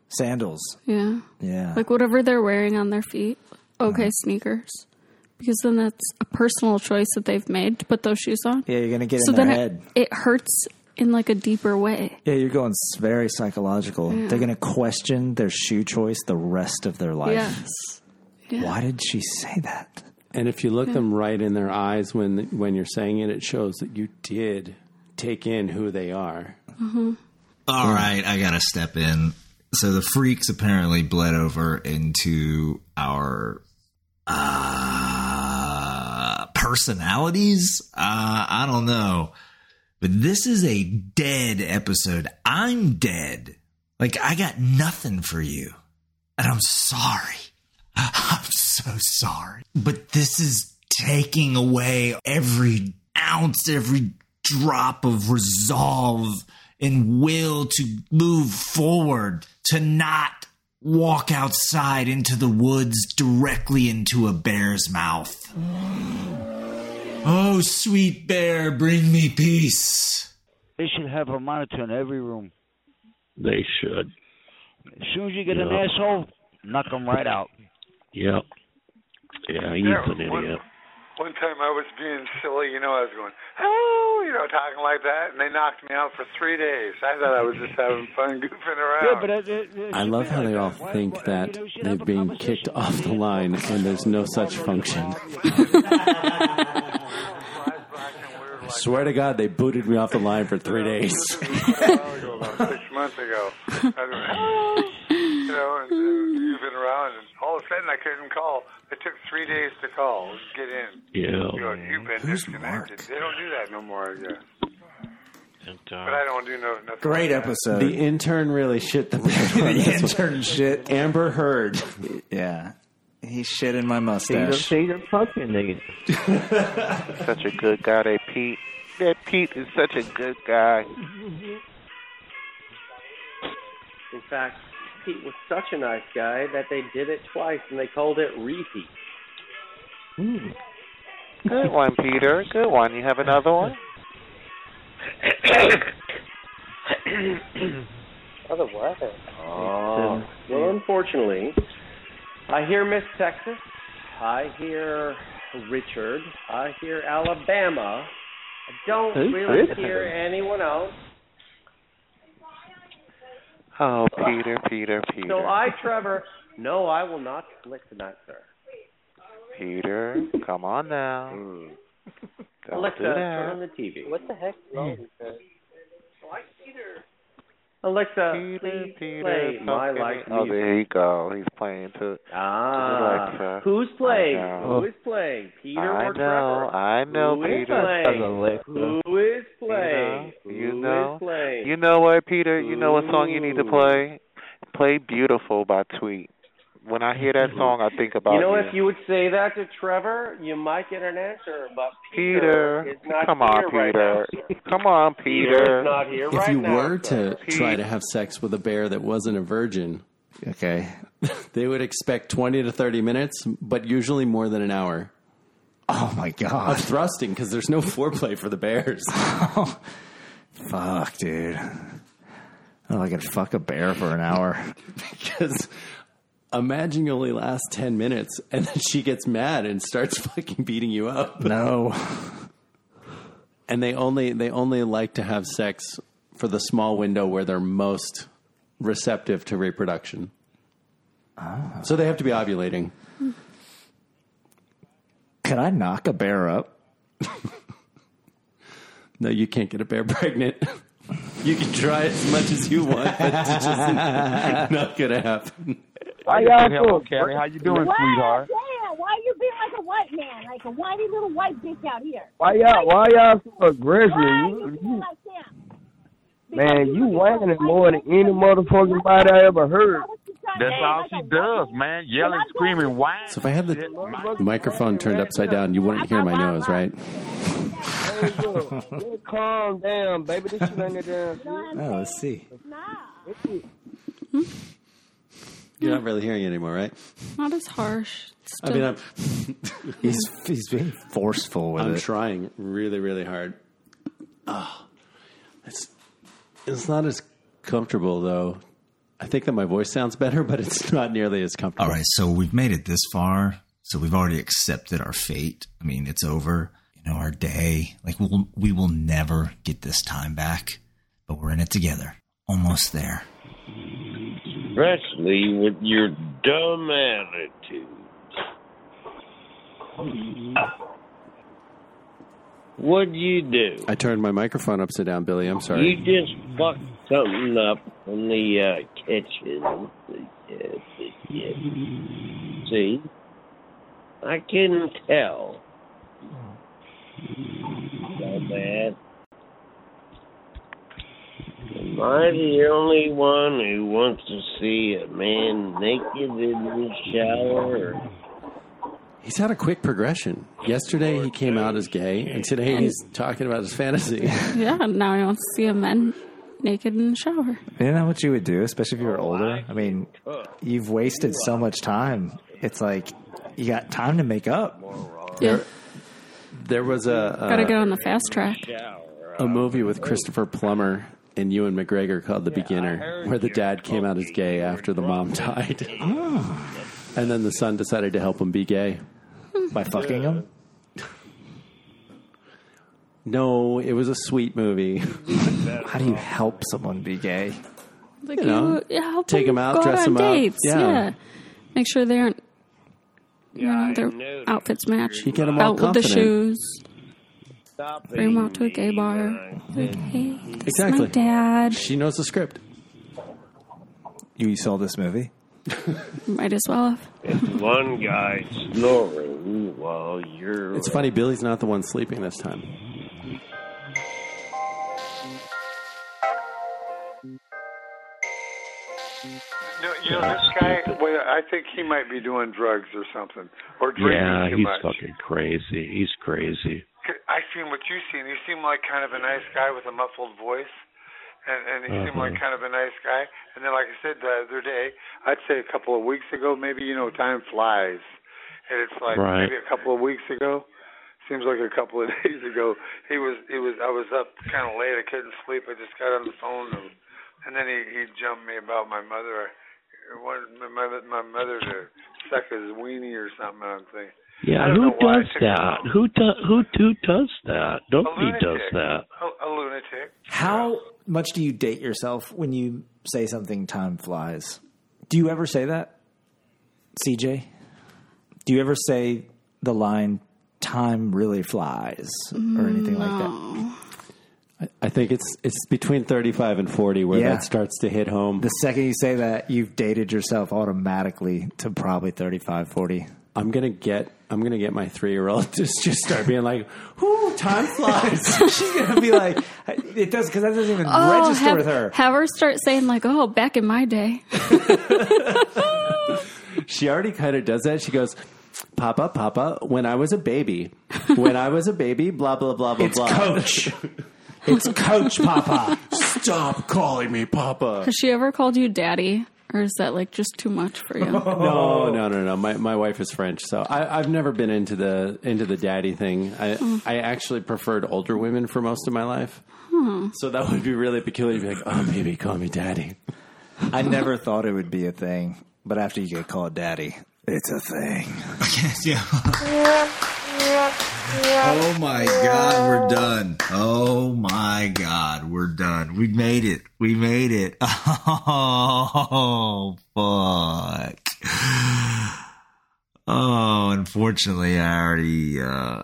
Sandals.
Yeah.
Yeah.
Like whatever they're wearing on their feet. Okay, sneakers. Because then that's a personal choice that they've made to put those shoes on.
yeah, you're going to get
so
in their
then it-
head.
It, hurts in like a deeper way.
Yeah, you're going s- very psychological.
Yeah.
They're going to question their shoe choice the rest of their life.
Yes. Yeah.
Why did she say that?
And if you look
Yeah.
them right in their eyes when when you're saying it, it shows that you did take in who they are.
Mhm.
All right, I gotta step in. So the freaks apparently bled over into our uh, personalities. Uh, I don't know, but this is a dead episode. I'm dead. Like I got nothing for you, and I'm sorry. I'm so sorry. But this is taking away every ounce, every drop of resolve and will to move forward, to not walk outside into the woods directly into a bear's mouth. Oh, sweet bear, bring me peace.
They should have a monitor in every room.
They should.
As soon as you get an
Yeah.
asshole, knock them right out.
Yeah. Yeah, he's
Yeah,
an
one-
idiot.
One time I was being silly, you know, I was going, oh, you know, talking like that, and they knocked me out for three days. I thought I was just having fun goofing around.
Yeah, but it, it, it
I love how they all think that they're being kicked off the line and there's no such function. I swear to God, they booted me off the line for three days.
about six months ago. I was like, "Oh," you know, and, and you've been around, and all of a sudden I couldn't call. It took three days to call, get in.
Yeah.
You know, you've been disconnected. They don't do that no more, I guess. but I don't do no nothing.
Great
like that.
episode.
The intern really shit the
the intern shit.
Amber Heard.
Yeah. He shit in my
Peter,
mustache.
Peter, fucking nigga.
Such a good guy, that Pete. That Pete is such a good guy.
In fact, Pete was such a nice guy that they did it twice and they called it repeat.
Hmm. Good one, Peter. Good one. You have another one?
oh, the weather.
Oh.
Well, unfortunately, I hear Miss Texas. I hear Richard. I hear Alabama. I don't
Who's
really
Richard?
hear anyone else.
Oh,
Uh,
Peter, Peter, Peter.
So I, Trevor, no, I will not split tonight, sir.
Peter, come on now. Don't
Hmm. Alexa,
do that. Hmm.
turn on the TV. What the heck? Alexa, please play my
Fucking-
life
oh,
music.
there you go. He's playing to.
Ah,
Alexa.
who's playing?
I know.
Who is playing? Peter
I
or
know.
Trevor?
I know.
Who is
Peter.
playing? Who is playing?
You
Who
know.
is playing?
You know what, Peter? You know what song you need to play? Play "Beautiful" by Tweet. When I hear that song, I think about
You know, if you would say that to Trevor, you might get an answer. But Peter,
Peter,
is not
come
here
on,
right now,
Peter.
sir.
Come on,
Peter
Peter.
is not here
If
right
you
now.
were
sir.
to try to have sex with a bear that wasn't a virgin, okay, they would expect twenty to thirty minutes, but usually more than an hour.
Oh my god,
of thrusting because there's no foreplay for the bears.
Fuck, dude. Oh, I could fuck a bear for an hour.
because imagine you only last 10 minutes and then she gets mad and starts fucking beating you up
no
and they only they only like to have sex for the small window where they're most receptive to reproduction
Ah.
so they have to be ovulating
Could I knock a bear up?
no you can't get a bear pregnant you can try as much as you want but it's just not gonna happen
Hi, y'all. Hello, Kelly. How you doing,
Wow,
sweetheart?
Yeah, why you being like a white man, like a whiny little white bitch out here?
Why y'all? Why y'all so
Why
aggressive?
you
You-
being like that?
Man, you whining it more than any motherfucking body I ever heard.
That's
all she does, man. Yelling, screaming, whining.
so if i had the microphone turned upside down you wouldn't hear my nose right
Calm down, baby. This shit ain't that damn serious.
Oh, let's see. You're not really hearing it anymore, right?
Not as harsh. It's
I mean,
still-
I'm. he's he's being forceful with I'm trying really, really hard. Oh, Ah, it's It's not as comfortable though. I think that my voice sounds better, but it's not nearly as comfortable.
All right, so we've made it this far. So we've already accepted our fate. I mean, it's over. You know, our day. Like we'll we will never get this time back, but we're in it together. Almost there.
Presley, with your dumb attitude.
Mm-hmm.
What'd you do?
I turned my microphone upside down, Billy. I'm
You
sorry.
just fucked something up in the uh, kitchen. Yes, yes. See? I couldn't tell. So bad. Am I the only one who wants to see a man naked in the shower?
He's had a quick progression. Yesterday he came out as gay, and today he's talking about his fantasy.
Yeah, now I want to see a man naked in the shower.
Isn't that what you would do, especially if you were older? I mean, you've wasted so much time. It's like you got time to make up.
Yeah.
There was a uh,
Gotta go on the fast track.
a movie with Christopher Plummer and Ewan McGregor called The Beginner, where the dad came out as gay after the mom died. And then the son decided to help him be gay.
By fucking him?
No, it was a sweet movie. How
do you help someone be gay?
Like
You know,
you- yeah, help
take 'em out,
go
dress
on
'em up.
dates.
Yeah.
Yeah. make sure they aren't. You know, their outfits match.
You get 'em
out
all
with the
confident.
shoes. Bring them out to a gay bar. Like, hey, this
Exactly.
is my dad.
She knows the script.
You saw this movie?
Might as well. have.
One guy snoring while you're.
It's funny, Billy's not the one sleeping this time.
No, you know this guy. Well, I think he might be doing drugs or something, or drinking
Yeah,
too
he's
much.
fucking crazy. He's crazy.
'Cause I seen what you seen. You seem like kind of a nice guy with a muffled voice, and and he seemed like
Mhm.
kind of a nice guy. And then, like I said the other day, I'd say a couple of weeks ago, maybe you know, time flies, and it's like
Right.
maybe a couple of weeks ago. Seems like a couple of days ago. He was he was I was up kind of late. I couldn't sleep. I just got on the phone, and, and then he he jumped me about my mother. I wanted my mother my mother to suck his weenie or something. I'm thinking. I
Yeah,
don't
who
know why I
does
took it
that? Who does who who does that? Nobody
lunatic.
does that.
A, a lunatic.
How much do you date yourself when you say something time flies? Do you ever say that? CJ? Do you ever say the line time really flies or anything like that?
mm,
I think it's it's between 35 and 40 where
Yeah.
that starts to hit home.
The second you say that, you've dated yourself automatically to probably 35, 40.
I'm going to get I'm going to get my 3-year-old to just start being like, "Whoo, time flies."
She's going to be like it does cuz that doesn't even register
Oh, have,
with her.
have her start saying like, "Oh, back in my day."
she already kind of does that. She goes, "Papa, papa, when I was a baby, when I was a baby, blah blah blah blah
It's
blah."
coach. it's coach papa.
Stop calling me papa.
Has she ever called you daddy, or is that like just too much for you?
No, no, no, no. My my wife is French, so I, I've never been into the into the daddy thing. I
Mm.
I actually preferred older women for most of my life,
Hmm.
so that would be really peculiar. to Be like, oh, baby, call me daddy.
I never thought it would be a thing, but after you get called daddy, it's a thing.
yeah. Oh my god, we're done. Oh my god, we're done. We made it. We made it. Oh fuck. Oh, unfortunately, I already uh,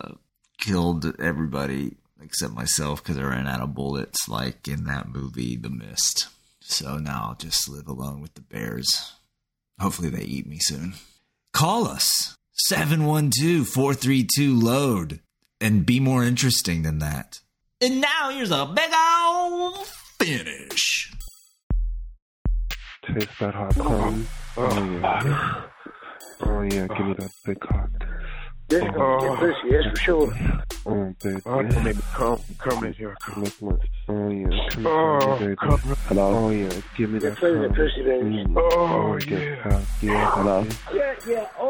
killed everybody except myself because I ran out of bullets, like in that movie, The Mist. So now I'll just live alone with the bears. Hopefully, they eat me soon call us 712-432-load and be more interesting than that And now here's a big old finish.
Taste that hot corn. Oh yeah. Oh yeah, give me that big hot.
This is gonna get pussy, that's for sure.
Oh baby.
Oh, come in, come, come in here.
Come with me. Oh yeah. Come
Oh,
with me, baby.
come.
Hello. Oh yeah, give me
You're
that.
playing the
cum.
pussy, baby.
Mm.
Oh,
yeah. Yeah. Hello.
Yeah, yeah, oh,